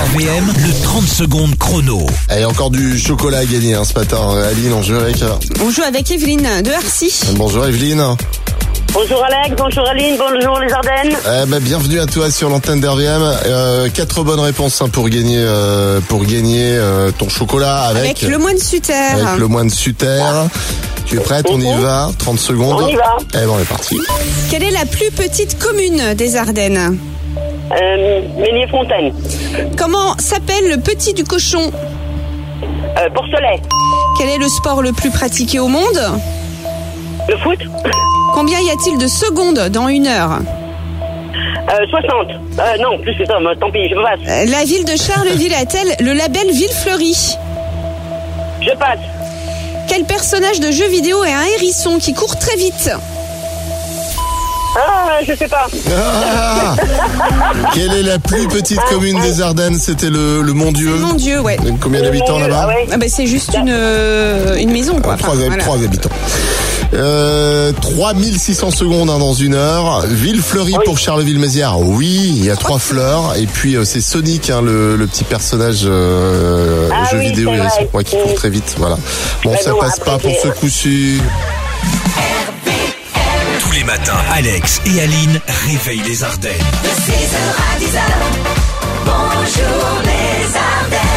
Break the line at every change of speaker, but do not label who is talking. RVM, le 30 secondes chrono.
Allez, encore du chocolat à gagner hein, ce matin. Aline, on joue avec. euh,
On joue avec Evelyne de Harcy.
Bonjour Evelyne.
Bonjour Alex, bonjour Aline, bonjour les Ardennes.
Eh ben, bienvenue à toi sur l'antenne d'RVM. Euh, quatre bonnes réponses hein, pour gagner, euh, pour gagner euh, ton chocolat avec,
Avec le moine Suter.
avec le moine Suter. Tu es prête On y va 30 secondes.
On y va.
Eh ben, on est parti.
Quelle est la plus petite commune des Ardennes
Euh, Ménier Fontaine,
Comment s'appelle le petit du cochon
euh, Porcelet,
Quel est le sport le plus pratiqué au monde
le foot,
Combien y a-t-il de secondes dans une heure
euh, 60. Euh, non, plus que ça, moi, tant pis, je passe.
Euh, La ville de Charleville a-t-elle le label Ville Fleurie
Je passe.
Quel personnage de jeu vidéo est un hérisson qui court très vite
Ah, je sais pas.
Ah Quelle est la plus petite commune des Ardennes C'était le, le Mont-Dieu.
Mon Dieu, ouais.
Combien d'habitants
Mon Dieu,
là-bas
ah ouais.
Ah bah, c'est juste une, euh, une maison, quoi.
Trois,
Enfin, voilà.
trois habitants. Euh, 3600 secondes hein, dans une heure. Ville fleurie pour Charleville-Mézières. Oui, il y a trois fleurs. Et puis euh, c'est Sonic, hein, le, le petit personnage euh,
Ah
jeu
oui,
vidéo
c'est
il y a
vrai.
son- ouais, qui court
Oui.
très vite. Voilà. Bon,
Mais
ça
bon,
passe
après,
pas pour
c'est-
ce coup-ci.
Tous les matins, Alex et Aline réveillent les Ardennes.
De 6h à 10h, bonjour les Ardennes.